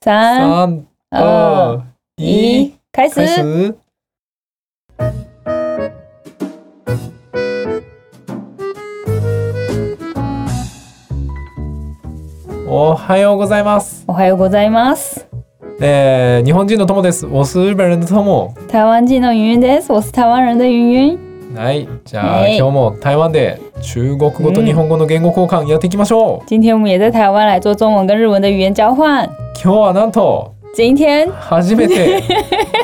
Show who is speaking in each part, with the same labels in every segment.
Speaker 1: 三、
Speaker 2: 三、
Speaker 1: 二
Speaker 2: 二、、
Speaker 1: 一
Speaker 2: 一，，
Speaker 1: 开始
Speaker 2: 开。始。おはようございます。
Speaker 1: おはようございます。
Speaker 2: えー、日本人の友です。我是日本人的友。
Speaker 1: 台湾人の云云です。我是台湾人的云云。
Speaker 2: はい、じゃあ、
Speaker 1: はい
Speaker 2: 今日も台湾で中国語と日本語の言語交換やっていきましょう。
Speaker 1: 今天我们也在台湾来做中文跟日文的语言交换。
Speaker 2: 今日はなんと
Speaker 1: 今天
Speaker 2: 初 めて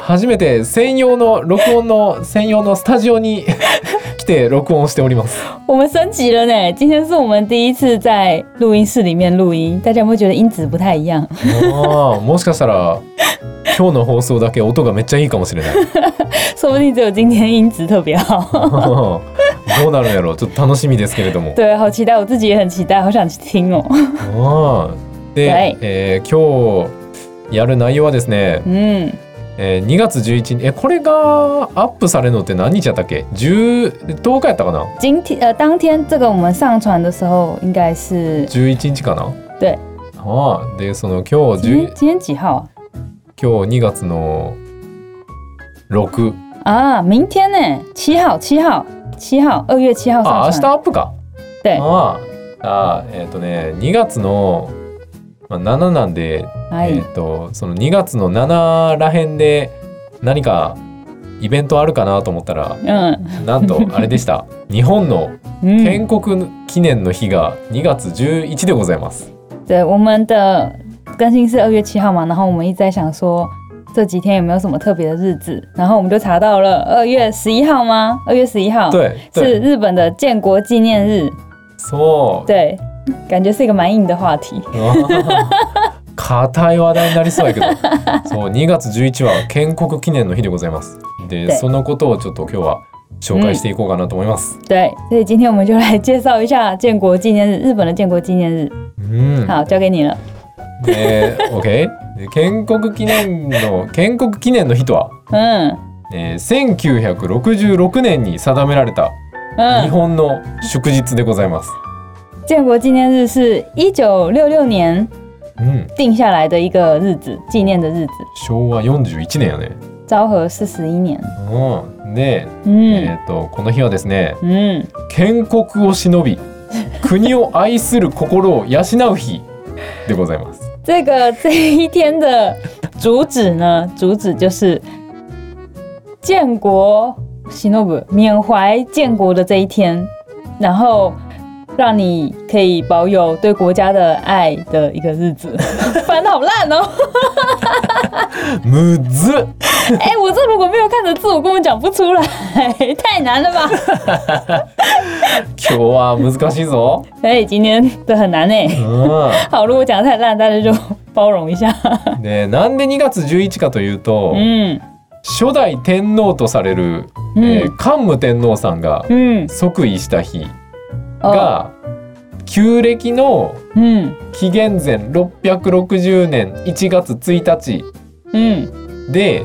Speaker 2: 初めて専用の録音の専用のスタジオに 来て録音しております。
Speaker 1: 我们升级了呢。今天是我们第一次在录音室里面录音，大家有没有觉得音质不太一样？
Speaker 2: あーもしかしたら今日の放送だけ音がめっちゃいいかもしれない
Speaker 1: 说不定只有今天音质特别好。
Speaker 2: どうなるんやろうちょっと楽しみですけれども
Speaker 1: 对，好期待，我自己也很期待，好想去听哦。
Speaker 2: あー
Speaker 1: はい
Speaker 2: で、えー今日やる内容はですね、
Speaker 1: 嗯，
Speaker 2: えー2月11日えこれがアップされるのって何日やったっけ 10, 10日やったかな
Speaker 1: 今天呃，当天这个我们上传的时候应该是
Speaker 2: 11日かな
Speaker 1: 对
Speaker 2: あーでその今日
Speaker 1: 今天
Speaker 2: 10
Speaker 1: 今天几号啊？
Speaker 2: 今日2月の6
Speaker 1: 啊，明天呢？七号，七号，七号，二月七号上
Speaker 2: あ明日
Speaker 1: 传。
Speaker 2: アップか
Speaker 1: 对，
Speaker 2: ああああえっ、とね2月の、まあ、7なんで、
Speaker 1: 哎
Speaker 2: え、っ、とその2月の7らへんで何かイベントあるかなと思った ら
Speaker 1: 嗯
Speaker 2: なんとあれでした日本の
Speaker 1: 嗯，
Speaker 2: 建国記念の日が2月11でございます。
Speaker 1: 对，我们的更新是二月七号嘛，然后我们一直在想说这几天有没有什么特别的日子，然后我们就查到了二月十一号吗？二月十一号
Speaker 2: 对
Speaker 1: 是
Speaker 2: 对
Speaker 1: 日本的建国纪念日，
Speaker 2: そう
Speaker 1: 对，感觉是一个蛮硬的话题。
Speaker 2: ああ硬い話題になりそうや けどそう2月11は建国記念の日でございます。で
Speaker 1: で
Speaker 2: そのことをちょっと今日は紹介していこうかなと思います。
Speaker 1: 对，所以今天我们就来介绍一下建国纪念日，日本的建国纪念日。
Speaker 2: うん、
Speaker 1: 好，交给你了。
Speaker 2: えー、OK で建国記念の建国記念の日とは、
Speaker 1: 嗯
Speaker 2: えー、1966年に定められた日
Speaker 1: 嗯，
Speaker 2: 本の祝日でございます。
Speaker 1: 建国纪念日是一九六六年
Speaker 2: うん、
Speaker 1: 定下来的一个日子，纪念的日子，
Speaker 2: 昭和41年やね。
Speaker 1: 昭和四十一年。
Speaker 2: うん、で、え
Speaker 1: 嗯
Speaker 2: ー、とこの日はですね
Speaker 1: 嗯，
Speaker 2: 建国を忍び国を愛する心を養う日でございます。
Speaker 1: 这个这一天的主旨呢，主旨就是建国 s h i 缅怀建国的这一天，然后让你可以保有对国家的爱的一个日子。 翻的好烂哦！
Speaker 2: むずっ
Speaker 1: 哎、我这如果没有看着字，我根本讲不出来， 太难了吧？
Speaker 2: 今日は難しいぞ。
Speaker 1: 所以哎今天的很难哎。
Speaker 2: う
Speaker 1: 好，如果讲得太烂，大家就包容一下。
Speaker 2: ん、でなんで2月11かというと。
Speaker 1: 嗯
Speaker 2: 初代天皇とされる、
Speaker 1: うん
Speaker 2: えー桓武天皇さんが
Speaker 1: 嗯
Speaker 2: 即位した日
Speaker 1: 哦
Speaker 2: が、旧暦の
Speaker 1: 嗯
Speaker 2: 紀元前660年1月1
Speaker 1: 嗯
Speaker 2: 日で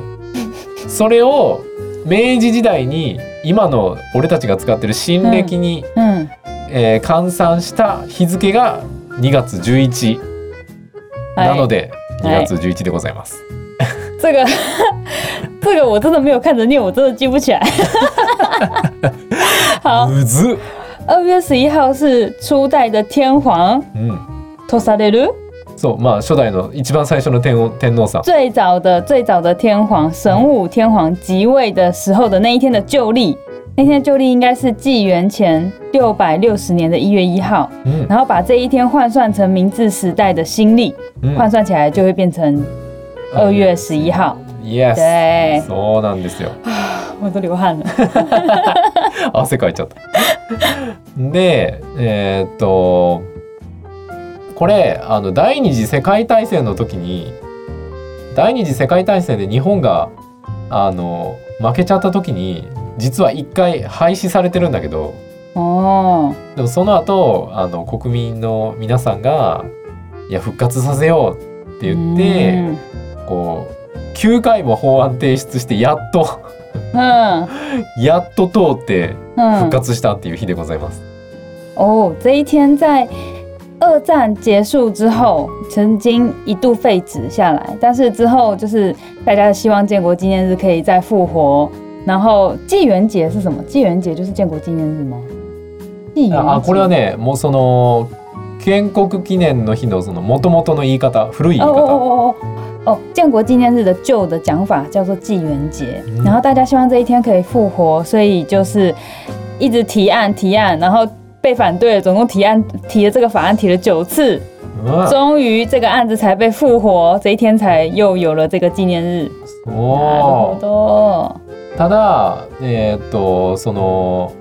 Speaker 2: それを明治時代に今の俺たちが使ってる新暦に、
Speaker 1: 嗯
Speaker 2: えー換算した日付が2月11なので
Speaker 1: はい
Speaker 2: 2月11でございます。
Speaker 1: 哎这个 这个我真的没有看着念，我真的记不起来。 好，
Speaker 2: むずっ、
Speaker 1: 二月十一号是初代的天皇
Speaker 2: うん、
Speaker 1: t o s a r e r
Speaker 2: そうまあ初代の一番最初の天皇天皇さん。
Speaker 1: 最早的最早的天皇神武天皇即位的时候的那一天的旧历，那天的旧历应该是纪元前六百六十年的一月一号，
Speaker 2: うん
Speaker 1: 然后把这一天换算成明治时代的新历，
Speaker 2: うん
Speaker 1: 换算起来就会变成二月十一号。
Speaker 2: Yes。
Speaker 1: 对，
Speaker 2: そうなんですよ。
Speaker 1: 我都流汗了。
Speaker 2: 汗かいちゃった。で、えーっと、これ、あの、第二次世界大戦の時に、第二次世界大戦で日本が、あの、負けちゃった時に、実は一回廃止されてるんだけど、
Speaker 1: 哦，
Speaker 2: でもその後、あの、国民の皆さんが、いや、復活させようって言って、
Speaker 1: 嗯
Speaker 2: こう、9回も法案提出して、やっと、
Speaker 1: 嗯
Speaker 2: やっと通って、復
Speaker 1: 嗯，
Speaker 2: 活したっていう日でございます。
Speaker 1: 哦，这一天在二战结束之后，曾经一度废止下来，但是之后就是大家希望建国纪念日可以再复活。然后纪元节是什么？纪元节就是建国纪念日吗？纪元
Speaker 2: ああこれは
Speaker 1: ね、
Speaker 2: ねもうその建国記念の日のその元々の言い方古い
Speaker 1: 哦
Speaker 2: 言い
Speaker 1: 哦
Speaker 2: 方
Speaker 1: 哦哦哦，建国纪念日的旧的讲法叫做纪元节，
Speaker 2: 嗯
Speaker 1: 然后大家希望这一天可以复活，所以就是一直提案提案，然后被反对了，总共提案提了这个法案提了九次，
Speaker 2: うんそ
Speaker 1: 终于这个案子才被复活，这一天才又有了这个纪念日。
Speaker 2: 哦
Speaker 1: なるほ
Speaker 2: う
Speaker 1: ど。
Speaker 2: ただえーっとその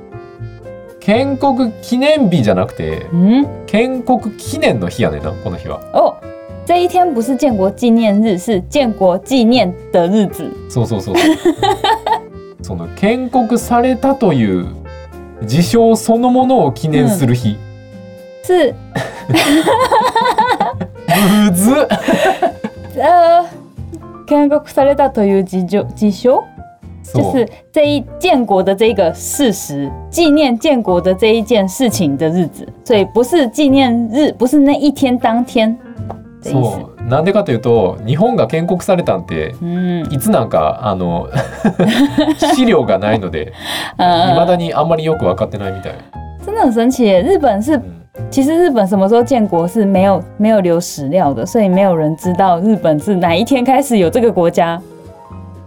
Speaker 2: 建国記念日じゃなくて
Speaker 1: 嗯，
Speaker 2: 建国記念の日やねんなこの日は
Speaker 1: 哦，这一天不是建国纪念日，是建国纪念的日子。
Speaker 2: そうそうそうその建国されたという事象そのものを記念する日、
Speaker 1: 是
Speaker 2: むずっ
Speaker 1: 呃，建国されたという事情事象，就
Speaker 2: そう
Speaker 1: 是这一建国的这个事实，纪念建国的这一件事情的日子，所以不是纪念日，不是那一天当天的意思。
Speaker 2: そうなんでかというと日本が建国されたんて
Speaker 1: 嗯，
Speaker 2: いつなんかあ の資料がないので
Speaker 1: 呃
Speaker 2: 未だにあんまりよく分かってないみたい、
Speaker 1: 真的很神奇耶，日本是
Speaker 2: うん
Speaker 1: 其实日本什么时候建国是没有没有留史料的，所以没有人知道日本是哪一天开始有这个国家。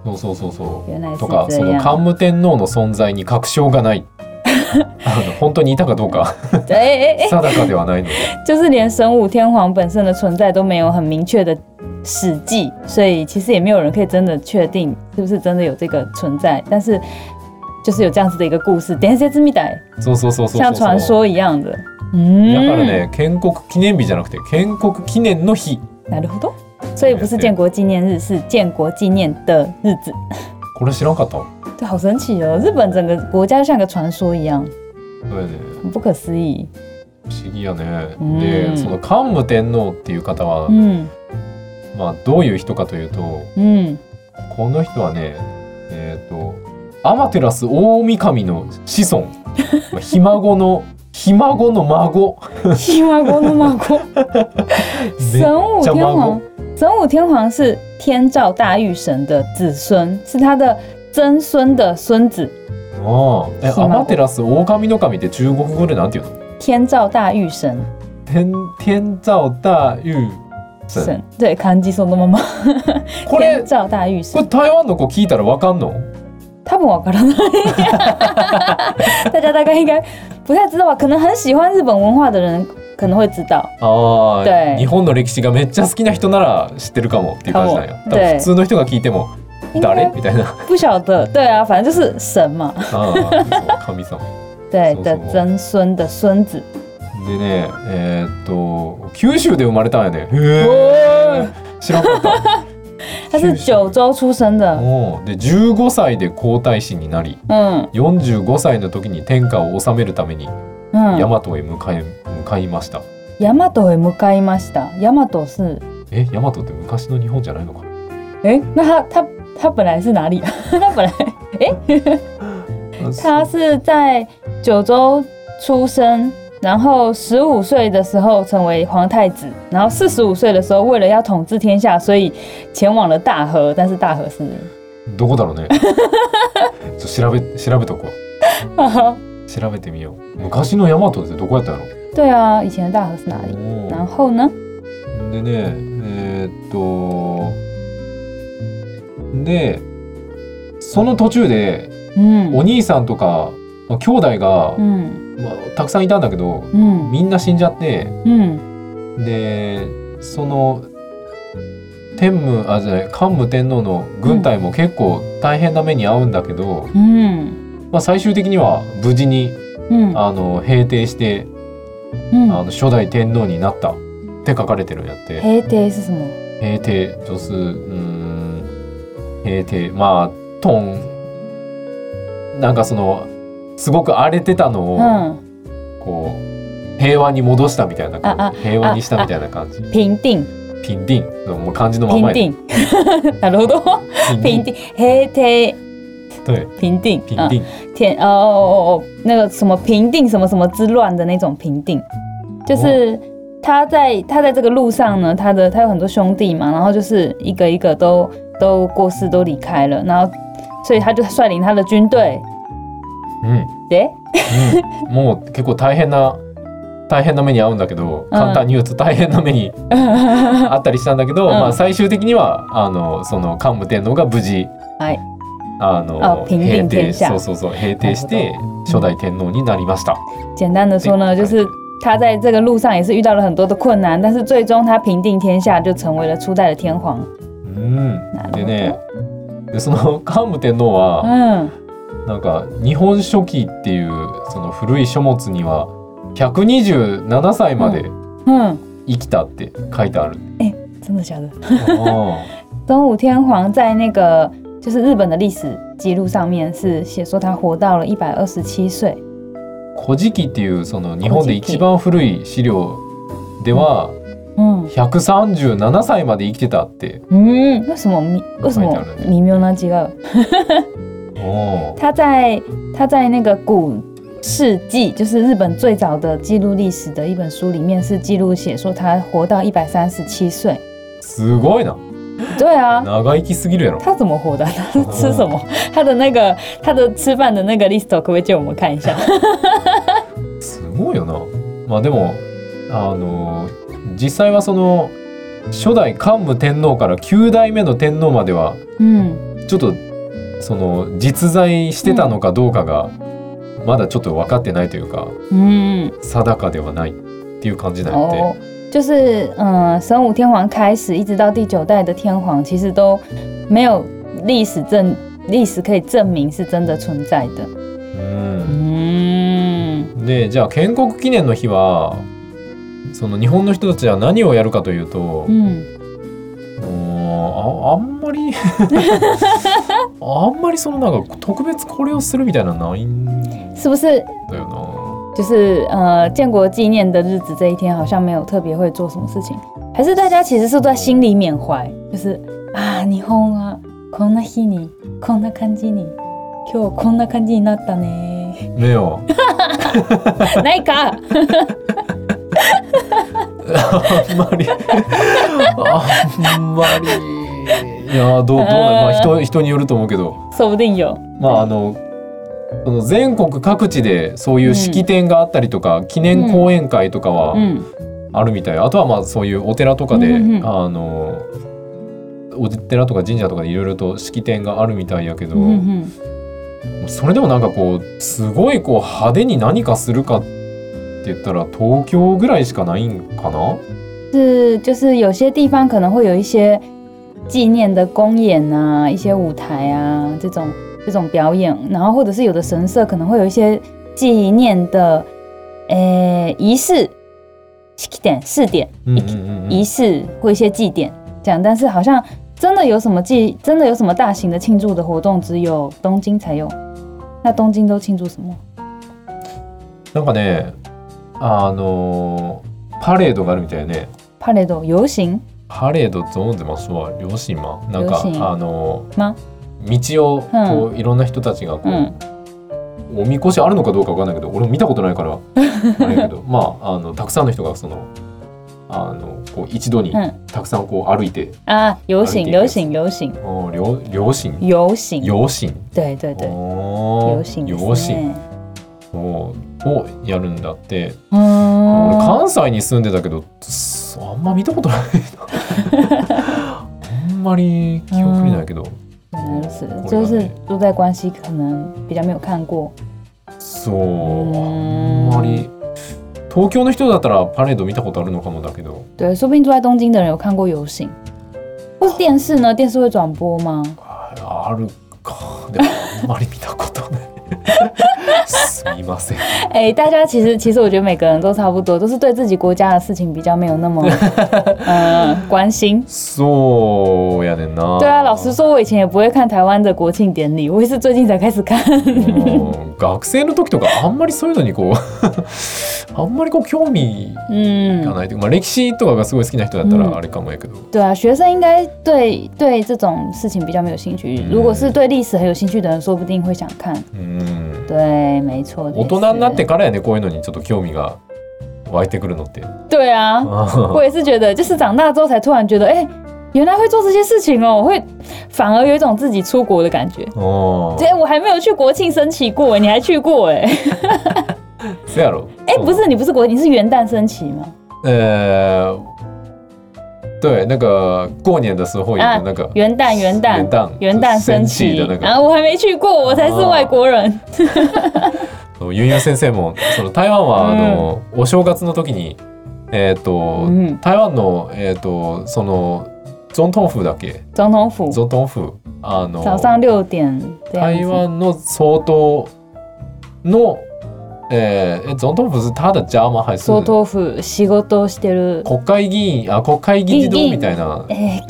Speaker 2: そうそうそうそ
Speaker 1: 原来
Speaker 2: う
Speaker 1: 是
Speaker 2: とか
Speaker 1: 这
Speaker 2: その
Speaker 1: 样。
Speaker 2: 桓武天皇の存在に確証がない あの本当にいたかどうか
Speaker 1: 哎哎哎，
Speaker 2: 定かではないので
Speaker 1: 就是连神武天皇本身的存在都没有很明确的史记，所以其实也没有人可以真的确定是不是真的有这个存在。但是就是有这样子的一个故事，伝説みたい，
Speaker 2: そうそうそうそうそ
Speaker 1: 像
Speaker 2: う
Speaker 1: 传说一样的。
Speaker 2: だ
Speaker 1: 嗯
Speaker 2: からね建国記念日じゃなくて建国記念の日
Speaker 1: なるほど。所以不是建国纪念日，是建国纪念的日子。
Speaker 2: これ知らんかった
Speaker 1: 对，好神奇哦！日本整个国家就像个传说一样，
Speaker 2: そうやね
Speaker 1: 很不可思议。
Speaker 2: 不思議やね、
Speaker 1: うん
Speaker 2: でその桓武天皇っていう方は、
Speaker 1: 嗯
Speaker 2: まあどういう人かというと
Speaker 1: 嗯，
Speaker 2: この人はねえっ、とアマテラス大神の子孫まあひ孫のひ孫の孫
Speaker 1: 西瓜国的马国，神武
Speaker 2: 叫
Speaker 1: 天
Speaker 2: 麻
Speaker 1: 皇
Speaker 2: 国，
Speaker 1: 神武天皇是天照大御神的子孙，是他的曾孙的孙子。
Speaker 2: ああえ
Speaker 1: ひ孫
Speaker 2: アマテラス大神の神って中国語でなんていうの
Speaker 1: 天照大御神
Speaker 2: 天天照大御神
Speaker 1: 神，对，康基送的妈妈，
Speaker 2: こ
Speaker 1: 天
Speaker 2: れ
Speaker 1: 照大御
Speaker 2: これ
Speaker 1: 神，
Speaker 2: 台湾の子聞いたらわかんの
Speaker 1: 他们我搞到 大家大概应该不太知道吧？可能很喜欢日本文化的人可能会知道。
Speaker 2: あ
Speaker 1: 对
Speaker 2: あ日本の歴史がめっちゃ好きな人なら知ってるかもっていう感じなん
Speaker 1: か
Speaker 2: よ
Speaker 1: も
Speaker 2: 多分
Speaker 1: 对
Speaker 2: 普通の人が聞いても
Speaker 1: 应
Speaker 2: 誰
Speaker 1: 该
Speaker 2: みたいな
Speaker 1: 不晓得，对啊，反正就是神嘛，
Speaker 2: ああそう神様
Speaker 1: 对
Speaker 2: そうそ
Speaker 1: 的
Speaker 2: う
Speaker 1: 曾孙的孙子。
Speaker 2: でねえーっと九州で生まれたんやねへ
Speaker 1: お
Speaker 2: え知らんかった
Speaker 1: 他是九州出生的，
Speaker 2: おうで15歳で皇太子になり
Speaker 1: 嗯
Speaker 2: 45歳の時に天下を治めるために
Speaker 1: 嗯。
Speaker 2: 大和へ向かい向かいました
Speaker 1: ヤマトへ向かいました。ヤマト是，
Speaker 2: え大和って昔の日本じゃないのか
Speaker 1: 诶，那他他他本来是哪里？ 他本来他
Speaker 2: な
Speaker 1: 是在九州出生，然后十五岁的时候成为皇太子，然后四十五岁的时候为了要统治天下，所以前往了大和，但是大和 是，
Speaker 2: どこだろうね ちょ調べ調べとこう調べてみよう昔の大和ってどこやったんやろ
Speaker 1: 对啊，以前的大和是哪里？
Speaker 2: お
Speaker 1: 然后呢？
Speaker 2: うでねえーっとでその途中で
Speaker 1: 嗯
Speaker 2: お兄さんとかまあ兄弟が、
Speaker 1: 嗯
Speaker 2: まあ、たくさんいたんだけど
Speaker 1: 嗯
Speaker 2: みんな死んじゃって
Speaker 1: 嗯
Speaker 2: でその天武あじゃない桓武天皇の軍隊も結構大変な目に遭うんだけど、
Speaker 1: 嗯
Speaker 2: まあ、最終的には無事に
Speaker 1: 嗯
Speaker 2: あの平定してあ
Speaker 1: 嗯，
Speaker 2: の初代天皇になったって書かれてるんやって
Speaker 1: 黑爹是什么？
Speaker 2: 平定女数うーん平定まあトンなんかそのすごく荒れてたのを、
Speaker 1: 嗯，
Speaker 2: こう平和に戻したみたいな
Speaker 1: ああ
Speaker 2: 感じ平和にしたみたいな感じ
Speaker 1: 平定
Speaker 2: ピンディンのもう漢字のまん
Speaker 1: 平
Speaker 2: まやね
Speaker 1: 定， なるほ ど。
Speaker 2: ピン
Speaker 1: 平
Speaker 2: デ
Speaker 1: 定黑爹
Speaker 2: ィ
Speaker 1: 平
Speaker 2: ン对
Speaker 1: 定
Speaker 2: ピン
Speaker 1: 啊
Speaker 2: ディン
Speaker 1: 天哦哦哦哦，那个什么平定什么什么之乱的那种平定，就是他在他在这个路上呢，他的他有很多兄弟嘛，然后就是一个一个都都过世都离开了，然后所以他就率领他的军队，
Speaker 2: うん
Speaker 1: で
Speaker 2: うんもう結構大変な大変な目に遭うんだけど簡単に言うと大変な目 にあったりしたんだけど、
Speaker 1: うん
Speaker 2: まあ、最終的にはあのその桓武天皇が無事、
Speaker 1: はい
Speaker 2: あ
Speaker 1: あ
Speaker 2: の
Speaker 1: 平定
Speaker 2: 平定
Speaker 1: 天下
Speaker 2: そうそうそう平定して初代天皇になりました。
Speaker 1: 简单的说呢，就是他在这个路上也是遇到了很多的困难，但是最终他平定天下，就成为了初代的天皇。
Speaker 2: うん、
Speaker 1: なるほ
Speaker 2: で
Speaker 1: ど。
Speaker 2: ねでその桓武天皇は
Speaker 1: 嗯，
Speaker 2: なんか「日本書紀」っていうその古い書物には127歳まで
Speaker 1: 嗯，
Speaker 2: 生きたって書いてある。
Speaker 1: 真的假的？
Speaker 2: あ
Speaker 1: 东武天皇在那个就是日本的历史记录上面是写说他活到了一百二十七岁。
Speaker 2: ー古事記っていうその日本で一番古い資料では
Speaker 1: 嗯
Speaker 2: 137歳まで生きてたって。
Speaker 1: 嗯，为什么迷？为什
Speaker 2: 我
Speaker 1: 么
Speaker 2: 也讲了
Speaker 1: 迷谬呢？几个？
Speaker 2: おー
Speaker 1: 他在他在那个古世纪，就是日本最早的记录历史的一本书里面是记录写说他活到一百三十七岁。
Speaker 2: すごいな
Speaker 1: 对啊，
Speaker 2: 長生きすぎるやろ。
Speaker 1: 他怎么活的？他是吃 什么？他的那个他的吃饭的那个 list 可不可以借我们看一下？
Speaker 2: すごいよな。まあでもあの実際はその初代桓武天皇から9代目の天皇までは
Speaker 1: 嗯，
Speaker 2: ちょっとその実在してたのかどうかがまだちょっと分かってないというか
Speaker 1: 嗯，
Speaker 2: 定かではないっていう感じなんで、
Speaker 1: 哦，就是嗯，神武天皇开始一直到第九代的天皇，其实都没有历史证历史可以证明是真的存在的。嗯，
Speaker 2: うん、でじゃあ建国記念の日はその日本の人たちは何をやるかというと、
Speaker 1: 嗯，
Speaker 2: もうああんまりあんまりそのなんか特別これをするみたいなのないん
Speaker 1: 是不是
Speaker 2: だよ
Speaker 1: 就是呃，建国纪念的日子这一天，好像没有特别会做什么事情，还是大家其实是在心里缅怀，就是啊，日本はこんな日にこんな感じに今日こんな感じになった ね。
Speaker 2: な。ねえよ。
Speaker 1: ないか。
Speaker 2: あんまりあんまりいやどうどうだまあ人人によると思うけど
Speaker 1: 说不定有。
Speaker 2: まああのその全国各地でそういう式典があったりとか、記念講演会とかは
Speaker 1: 嗯
Speaker 2: あるみたい、あとはまあそういうお寺とかで、
Speaker 1: うんうんうん
Speaker 2: あのお寺とか神社とかでいろいろと式典があるみたいやけど、
Speaker 1: 嗯嗯
Speaker 2: それでもなんかこうすごいこう派手に何かするかって言ったら東京ぐらいしかないんかな
Speaker 1: 是就是有些地方可能会有一些纪念的公演啊，一些舞台啊这种这种表演，然后或者是有的神社可能会有一些纪念的诶仪式、式典、试点、
Speaker 2: うんうんうんうん
Speaker 1: 仪式或一些祭典这样，但是好像真的有什么祭，真的有什么大型的庆祝的活动，只有东京才有。那东京都庆祝什么？
Speaker 2: なんかね、あのーパレードがあるみたいよね。
Speaker 1: パレード游行
Speaker 2: パレードゾーンでますわ、両親は。なんか、
Speaker 1: 両親
Speaker 2: あのー
Speaker 1: ま
Speaker 2: 道をこう、いろんな人たちがこう、
Speaker 1: うん
Speaker 2: おみこしあるのかどうかわかんないけど、俺も見たことな いから、あれやけど、まあ、あの、たくさんの人がその、あの、こう一度に
Speaker 1: うん
Speaker 2: たくさんこう歩いて、
Speaker 1: 啊，游行
Speaker 2: 哪里
Speaker 1: 游行游行
Speaker 2: おー両両親、
Speaker 1: 游行，
Speaker 2: 両親、
Speaker 1: 对对对。
Speaker 2: おー
Speaker 1: 游行
Speaker 2: 両
Speaker 1: です
Speaker 2: 親
Speaker 1: ね。
Speaker 2: ををやるんだって。
Speaker 1: うーん
Speaker 2: 俺関西に住んでたけどすあんま見たことないなあんまり記憶にないけど、
Speaker 1: 原来如此
Speaker 2: 我，
Speaker 1: 就是住在关西可能比较没有看过。
Speaker 2: そう
Speaker 1: う
Speaker 2: あ
Speaker 1: ん
Speaker 2: んまり東京の人だったらパレード見たことあるのかもだけど
Speaker 1: 对，说不定住在东京的人有看过游行，或是电视呢？电视会转播吗？
Speaker 2: ああるか でもあんまり見たことない すみません
Speaker 1: 哎、大家其实其实我觉得每个人都差不多，都是对自己国家的事情比较没有那么呃关心。
Speaker 2: そうやねんな
Speaker 1: 对啊，老实说，我以前也不会看台湾的国庆典礼，我也是最近才开始看。
Speaker 2: うん学生の時とかあんまりそういうのにこう あんまりこう興味
Speaker 1: 嗯
Speaker 2: が，ないというか、まあ、歴史とかがすごい好きな人だった
Speaker 1: うん
Speaker 2: らあれかもやけど、
Speaker 1: 对啊，学生应该对对这种事情比较没有兴趣。
Speaker 2: 嗯
Speaker 1: 如果是对历史很有兴趣的人，说不定会想看。
Speaker 2: うん
Speaker 1: 对，没错。
Speaker 2: 大人になってからやねこういうのにちょっと興味が湧いてくるのって。
Speaker 1: 对啊，我也是觉得，就是长大之后才突然觉得，哎、原来会做这些事情哦，会反而有一种自己出国的感觉。
Speaker 2: 哦お
Speaker 1: 哎、我还没有去国庆升旗过，你还去过哎？
Speaker 2: 哦せやろ。
Speaker 1: 哎、不是，你不是国，你是元旦升旗吗？
Speaker 2: 呃，对，那个过年的时候有
Speaker 1: 啊
Speaker 2: 那个
Speaker 1: 元旦，元旦，
Speaker 2: 元旦
Speaker 1: 元旦升旗
Speaker 2: 升旗的那个哦
Speaker 1: 啊，我还没去过，我才是外国人。
Speaker 2: ゆうゆう先生もその台湾はあの、お正月の時にえっ、と、
Speaker 1: 嗯，
Speaker 2: 台湾のえっ、とその总統府だっけ
Speaker 1: 总统府
Speaker 2: 总統府あの
Speaker 1: 早上六点这样
Speaker 2: 台
Speaker 1: 子。
Speaker 2: 湾の総統のえー、え总統府是他的家吗？还是
Speaker 1: 総統府仕事をしてる。
Speaker 2: 国会議員あ国会議事堂
Speaker 1: 議
Speaker 2: みたいな
Speaker 1: 哎、欸，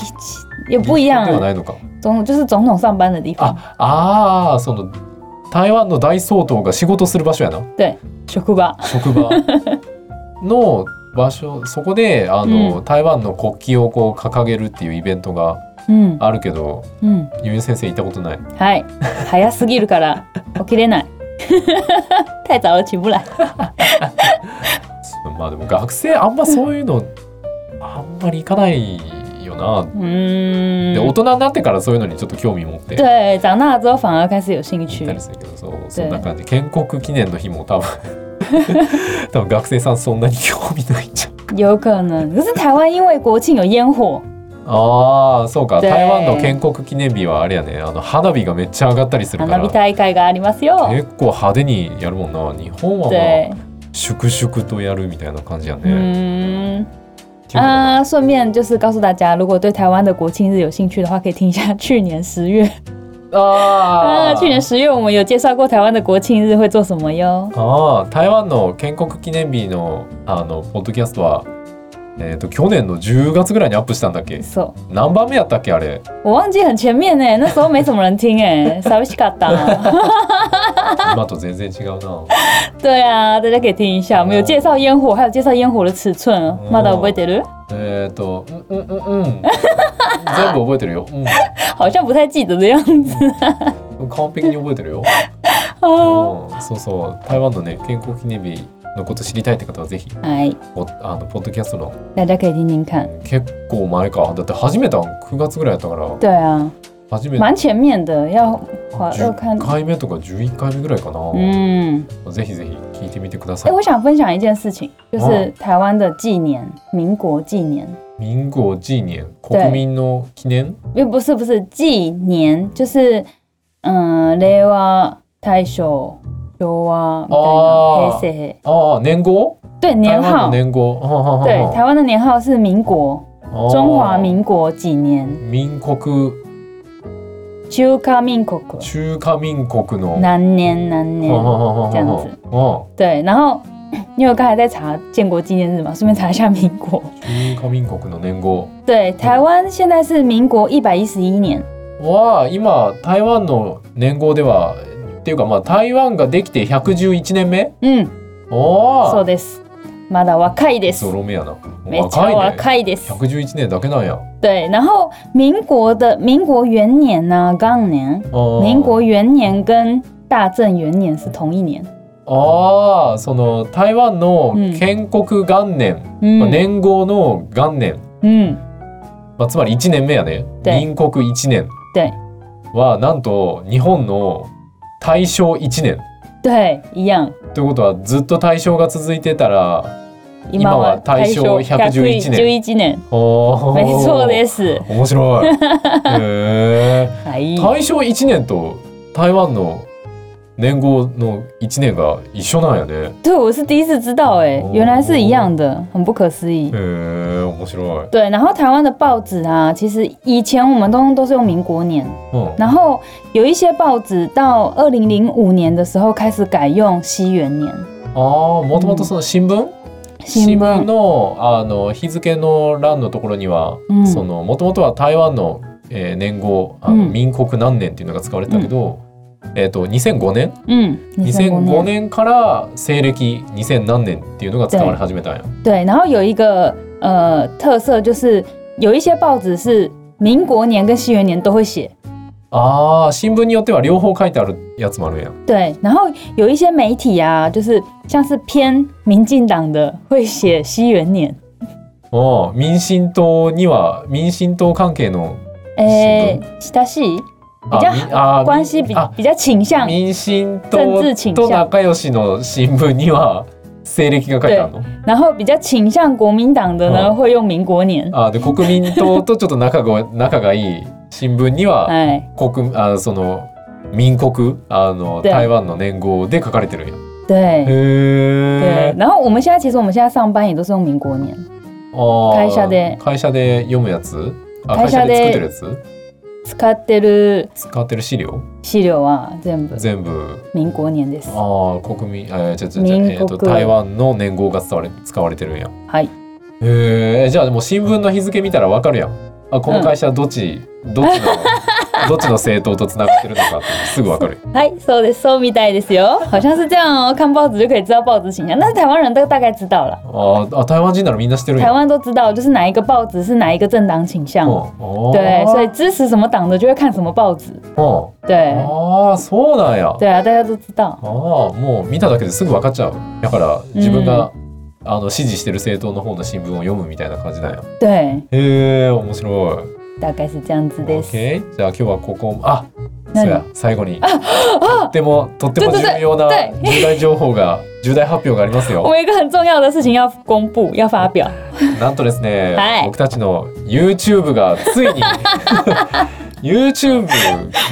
Speaker 1: 也不一
Speaker 2: ではな
Speaker 1: 样，啊
Speaker 2: いのか。
Speaker 1: 总就是总统上班的地方。
Speaker 2: ああーその台湾の大総統が仕事する場所やな
Speaker 1: 職場。
Speaker 2: 職場 の場所そこであの、
Speaker 1: う
Speaker 2: 台湾の国旗をこう掲げるっていうイベントが
Speaker 1: 嗯
Speaker 2: あるけど
Speaker 1: 嗯。
Speaker 2: ゆう先生行ったことない
Speaker 1: はい、早すぎるから起きれない。 太早了起不来。
Speaker 2: まあでも学生あんまそういうのあんまり行かないよな、
Speaker 1: 嗯
Speaker 2: で大人になってからそういうのにちょっと興味持って行
Speaker 1: 对，长大了之后反而开始有兴 趣
Speaker 2: った。りするけどそうそんな感じ建国記念の日も多 分多分学生さんそんなに興味ないんじゃん
Speaker 1: 有可能，可是台湾因为国庆有烟火，
Speaker 2: ああそうか
Speaker 1: で
Speaker 2: 台湾の建国記念日はあれやねあの花火がめっちゃ上がったりするか
Speaker 1: 花火
Speaker 2: ら
Speaker 1: 大会がありますよ。
Speaker 2: 結構派手にやるもんな日本はまあ
Speaker 1: 对，
Speaker 2: 粛々とやるみたいな感じやね、
Speaker 1: 嗯
Speaker 2: っていうのが
Speaker 1: 啊，顺便就是告诉大家，如果对台湾的国庆日有兴趣的话，可以听一下去年十月。啊，
Speaker 2: あー
Speaker 1: 去年十月我们有介绍过台湾的国庆日会做什么哟。
Speaker 2: あー台湾の建国記念日のあのポッドキャストはえっ、と去年の10月ぐらいにアップしたんだっけ
Speaker 1: そう
Speaker 2: 何番目やったっけあ れ
Speaker 1: 我忘记很前面呢，那时候没什么人听 哎，寂しかった。
Speaker 2: 今と全然違うな
Speaker 1: 对啊，大家可以听一下，我们有介绍烟火，还有介绍烟火的尺寸哦。
Speaker 2: 哦
Speaker 1: まだ覚えてる？
Speaker 2: えっとうんうんうんうん全部覚えてるよ、
Speaker 1: 好像不太记得的样子
Speaker 2: うん、完璧に覚えてるよ
Speaker 1: 哦。
Speaker 2: うんそうそう台湾のね健康記念日のこと知りたいって方はぜひ
Speaker 1: 哎，
Speaker 2: ポッあのポッドキャストの
Speaker 1: 大家可以听听看。
Speaker 2: 結構前かだって始めたん9月ぐらいやったから
Speaker 1: 对啊，
Speaker 2: 初めて
Speaker 1: 蛮前面的，要滑要看
Speaker 2: 10。回目とか11回目ぐらいかな、
Speaker 1: 嗯，
Speaker 2: ぜひぜひ聞いてみてくださ
Speaker 1: 哎、
Speaker 2: い
Speaker 1: 我想分享一件事情，就是
Speaker 2: 哦
Speaker 1: 台湾的纪年，民国纪年，
Speaker 2: 民国10年国民の記念
Speaker 1: 也不是不是纪年，就是嗯，令和、大正、昭和、
Speaker 2: 哦
Speaker 1: 平成，
Speaker 2: ああ年号
Speaker 1: 对
Speaker 2: 台
Speaker 1: 年
Speaker 2: 湾の
Speaker 1: 号，
Speaker 2: 年号はははは
Speaker 1: 对台湾的年号是民国，
Speaker 2: ああ
Speaker 1: 中华民国几年？
Speaker 2: 民国
Speaker 1: 中华民国
Speaker 2: 中華民国の
Speaker 1: 何年何年？
Speaker 2: ははははは
Speaker 1: 这样子
Speaker 2: あ
Speaker 1: 对，然后 因为我刚才在查建国纪念日嘛，顺便查一下民国。
Speaker 2: あ中華民国の年号
Speaker 1: 对，台湾现在是民国一百一十一年。
Speaker 2: は今台湾の年号ではっていうかまあ台湾ができて111年目
Speaker 1: 嗯，
Speaker 2: お
Speaker 1: そう
Speaker 2: お
Speaker 1: です。まだ若いです。
Speaker 2: ゾロ目やな
Speaker 1: めっちゃ
Speaker 2: 若いね
Speaker 1: 若いです。
Speaker 2: 111年だけなんや
Speaker 1: 对，然后民国的民国元年呢、刚年，民
Speaker 2: 民
Speaker 1: 国元年跟大正元年是同一年。
Speaker 2: ああその台湾の建国元年、ま
Speaker 1: 嗯
Speaker 2: あ、年号の元年、
Speaker 1: 嗯，
Speaker 2: まあ、つまり1年目やね
Speaker 1: で
Speaker 2: 民国1年
Speaker 1: 对
Speaker 2: はなんと日本の大正1年
Speaker 1: 对，一样。
Speaker 2: ということはずっと大正が続いて たら今は大正111年
Speaker 1: 111年。
Speaker 2: おー
Speaker 1: 没哎错です。
Speaker 2: 面 白いへ
Speaker 1: はい
Speaker 2: ー。大正1年と台湾の年号の1年が一緒なんやね
Speaker 1: 对，我是第一次知道、欸，哎
Speaker 2: 哦，
Speaker 1: 原来是一样的，很不可思议
Speaker 2: へ。え面白い
Speaker 1: 对，然后台湾的报纸啊，其实以前我们通通都是用民国年，
Speaker 2: うん
Speaker 1: 然后有一些报纸到二零零五年的时候开始改用西元年。
Speaker 2: ああ、もともとその新聞、新聞のあの日付の欄のところには、
Speaker 1: うん
Speaker 2: そのもともとは台湾の、えー年号あの、
Speaker 1: うん
Speaker 2: 民国何年っていうのが使われてたけど、えっ、と2005年、
Speaker 1: 嗯，
Speaker 2: 2005。年から西暦2000何年っていうのが使われ始めたんや。
Speaker 1: 对，然后有一个呃特色就是有一些报纸是民国年跟西元年都会写，
Speaker 2: ああ新聞によっては両方書いてあるやつもあるやん
Speaker 1: 对，然后有一些媒体啊，就是像是偏民进党的，会写西元年。
Speaker 2: おー民進党には民進党関係の
Speaker 1: 哎诶，親しい比
Speaker 2: あみ
Speaker 1: 较
Speaker 2: あー
Speaker 1: 关系比
Speaker 2: あ
Speaker 1: 比较倾向，
Speaker 2: 民進
Speaker 1: 政
Speaker 2: 党
Speaker 1: 治傾向
Speaker 2: と仲良しの新聞には西暦が書いてあるの
Speaker 1: 然后比较倾向国民党的呢，
Speaker 2: 嗯
Speaker 1: 会用民国年。
Speaker 2: あーで国民党とちょっと仲が 仲がいい新聞には
Speaker 1: 哎，
Speaker 2: 国あーその民国あの
Speaker 1: で
Speaker 2: 台湾の年号で書かれてるんや
Speaker 1: 对
Speaker 2: へ
Speaker 1: 对
Speaker 2: え。
Speaker 1: 然后我们现在其实我们现在上班也都是用民国年，会社で
Speaker 2: 会社で読むやつあ会
Speaker 1: 会
Speaker 2: 社
Speaker 1: 社で
Speaker 2: で作ってるや
Speaker 1: 使ってる
Speaker 2: つ使ってる資料
Speaker 1: 資料は全部
Speaker 2: 全部
Speaker 1: 民国年です。
Speaker 2: ああ国民えじゃじゃじゃ
Speaker 1: 民
Speaker 2: え
Speaker 1: 国
Speaker 2: ーと台湾の年号が使われ使われてるんや
Speaker 1: はい。
Speaker 2: へえじゃあもう新聞の日付見たらわかるやんあこの会社どっち、どっ ちのどっちの政党とつながってるのかってすぐわかる
Speaker 1: 嗨，そうです、そうみたいですよ。好像是这样哦，看报纸就可以知道报纸形象，但是台湾人都大概知道了，
Speaker 2: あーあ台湾人ならみんな知ってるんや
Speaker 1: 台湾都知道，就是哪一个报纸是哪一个政党倾向。
Speaker 2: うん
Speaker 1: 对，所以支持什么党的就会看什么报纸。
Speaker 2: う
Speaker 1: 对
Speaker 2: ん、ああそうなんや
Speaker 1: 对啊，大家都知道。
Speaker 2: ああもう見ただけですぐ分かっちゃうだから自分が、あの支持してる政党の方の新聞を読むみたいな感じなんや
Speaker 1: 对，
Speaker 2: へえ面白
Speaker 1: 大概是这样子
Speaker 2: い
Speaker 1: で
Speaker 2: OK 啊
Speaker 1: す。
Speaker 2: じゃあ今日はここあそ
Speaker 1: 何
Speaker 2: うや最後にとってもとっても
Speaker 1: 对对
Speaker 2: 重要な
Speaker 1: 对
Speaker 2: 重大情報が重大発表があります
Speaker 1: 我
Speaker 2: よ
Speaker 1: 们有一个很重要的事情要公布，要发表。
Speaker 2: なんとですね、
Speaker 1: はい
Speaker 2: 僕たちの YouTube がつ いに YouTube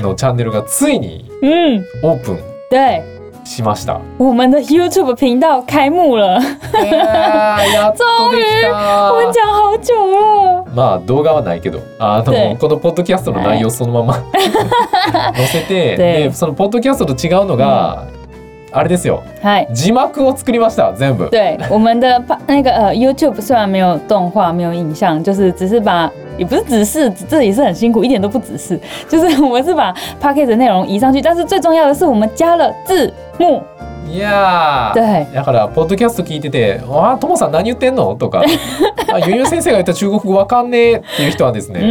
Speaker 2: のチャンネルがついに
Speaker 1: 嗯，
Speaker 2: オープン
Speaker 1: 对，
Speaker 2: しました
Speaker 1: 我们的 YouTube 频道开幕了，
Speaker 2: やっとできた
Speaker 1: 我们讲好久了。
Speaker 2: まあ動画はないけどあ
Speaker 1: で
Speaker 2: のこのポッドキャストの内容そのまま載せ
Speaker 1: で
Speaker 2: てでそのポッドキャストと違うのが、あれですよ
Speaker 1: 嗨，
Speaker 2: 字幕を作りました全 部
Speaker 1: 对，我们的 pa- 那个呃 YouTube 虽然没有动画，没有影像，就是只是把。也不是只是，这也是很辛苦，一点都不只是，就是我们是把 p a c k a g e 的内容移上去，但是最重要的是我们加了字幕，
Speaker 2: いやー
Speaker 1: 对，
Speaker 2: だからポッドキャスト聞いてて「あーともさん何言ってんの?」とか「あゆゆ先生が言った中国語わかんねえ」っていう人はですね、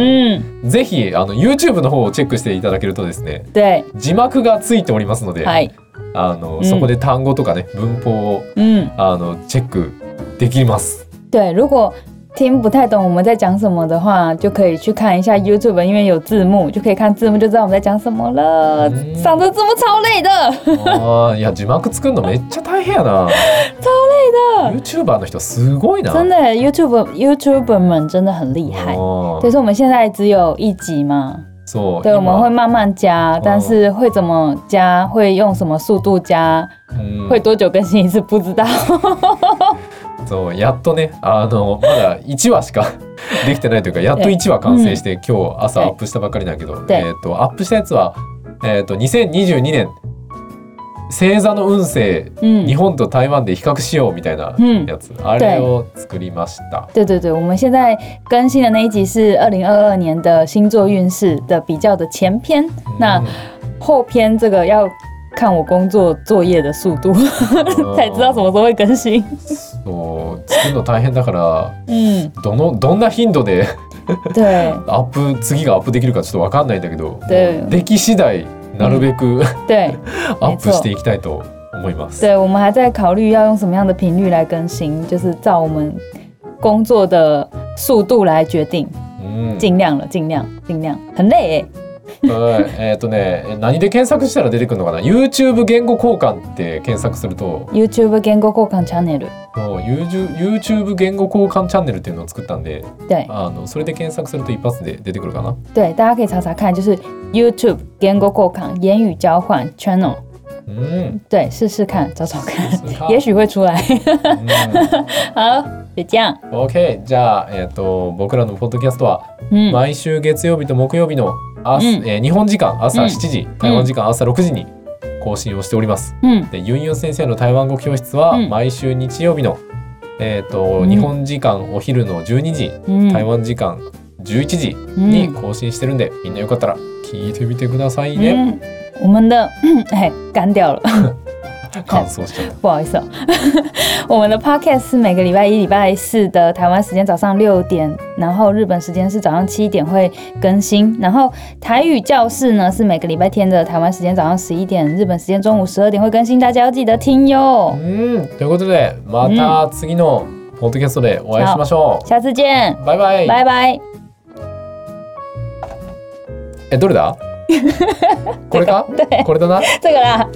Speaker 1: 嗯，
Speaker 2: ぜひあの YouTube の方をチェックしていただけるとですね
Speaker 1: 对，
Speaker 2: 字幕がついておりますので、
Speaker 1: 嗨，
Speaker 2: あの
Speaker 1: うん
Speaker 2: そこで単語とかね文法を
Speaker 1: 嗯，
Speaker 2: あのチェックでき ます。
Speaker 1: 对，如果听不太懂我们在讲什么的话，就可以去看一下 YouTube，因为有字幕，就可以看字幕就知道我们在讲什么了。
Speaker 2: 嗯啊
Speaker 1: 上的字幕超累的，
Speaker 2: あーいや字幕作るのめっちゃ大変やな。超累だ。YouTuber の人すごいな。
Speaker 1: 真的 YouTube YouTuber 们真的很厉害。
Speaker 2: あ
Speaker 1: 所以
Speaker 2: ー
Speaker 1: 说我们现在只有一集嘛，
Speaker 2: そう。
Speaker 1: 对，我们会
Speaker 2: 今
Speaker 1: 慢慢加，但是会怎么加，会用什么速度加，
Speaker 2: うん
Speaker 1: 会多久更新一次不知道。
Speaker 2: そうやっとねあのまだ1話しか できてないというかやっと1話完成して今日朝アップしたばっかりだけど
Speaker 1: で
Speaker 2: えっとアップしたやつはえっと2022年星座の運勢
Speaker 1: 嗯
Speaker 2: 日，本と台湾で比較しようみたいな
Speaker 1: うん
Speaker 2: やつあれを作りました。
Speaker 1: 对对对，我们现在更新的那一集是二零二二年的星座运势的比较的前篇，那。
Speaker 2: うん
Speaker 1: 后篇这个要看我工作作业的速度， 才知道什么时候会更新。
Speaker 2: そう作るの大変だから
Speaker 1: 嗯，
Speaker 2: どのどんな頻度で
Speaker 1: 对
Speaker 2: アップ次がアップできるかちょっとわかんないんだけど
Speaker 1: 对
Speaker 2: でき次第なるべ く
Speaker 1: 对
Speaker 2: アップしていきたいと思います。
Speaker 1: 对，我们还在考虑要用什么样的频率来更新，就是照我们工作的速度来决定，
Speaker 2: うん
Speaker 1: 尽量了，尽量，尽量，很累哎、
Speaker 2: はいえっ、とねえ何で検索したら出てくるのかな YouTube 言語交換って検索すると
Speaker 1: YouTube 言語交換 channel，
Speaker 2: そう YouTube YouTube 言語交換チャンネルっていうのを作ったんで
Speaker 1: 对
Speaker 2: あのそれで検索すると一発で出てくるかな。
Speaker 1: 对，大家可以查查看，就是 YouTube 言語交換言语交换 channel，
Speaker 2: うん、
Speaker 1: 对，试试看，找找看，
Speaker 2: 试试看
Speaker 1: 也许会出来。
Speaker 2: う
Speaker 1: 好，就这样，
Speaker 2: ん、OK じゃあ、えっと僕らのポッドキャストは
Speaker 1: 嗯。
Speaker 2: 毎週月曜日と木曜日の朝、
Speaker 1: うん
Speaker 2: えー日本時間朝
Speaker 1: うん
Speaker 2: 7時、台湾時間朝6時に更新をしております。
Speaker 1: 嗯，
Speaker 2: でユンユン先生の台湾語教室は
Speaker 1: うん
Speaker 2: 毎週日曜日の、えっ、と、
Speaker 1: うん
Speaker 2: 日本時間お昼の12時、
Speaker 1: 嗯
Speaker 2: 台湾時間11時に更新してるんで、みんなよかったら聞いてみてくださいね。
Speaker 1: 嗯嗯，我们的哎干掉了，
Speaker 2: 乾燥しちゃった。
Speaker 1: 不好意思、哦， 我们的 podcast 是每个礼拜一、礼拜四的台湾时间早上六点，然后日本时间是早上七点会更新，然后台语教室呢是每个礼拜天的台湾时间早上十一点，日本时间中午十二点会更新，大家要记得听哟。
Speaker 2: うん、ということで、また次のポッドキャストでお会いしましょ
Speaker 1: 下次见，
Speaker 2: う。バイバイ。
Speaker 1: 拜拜。
Speaker 2: え、どれだこれか
Speaker 1: 对，
Speaker 2: これだな。
Speaker 1: 这个啦。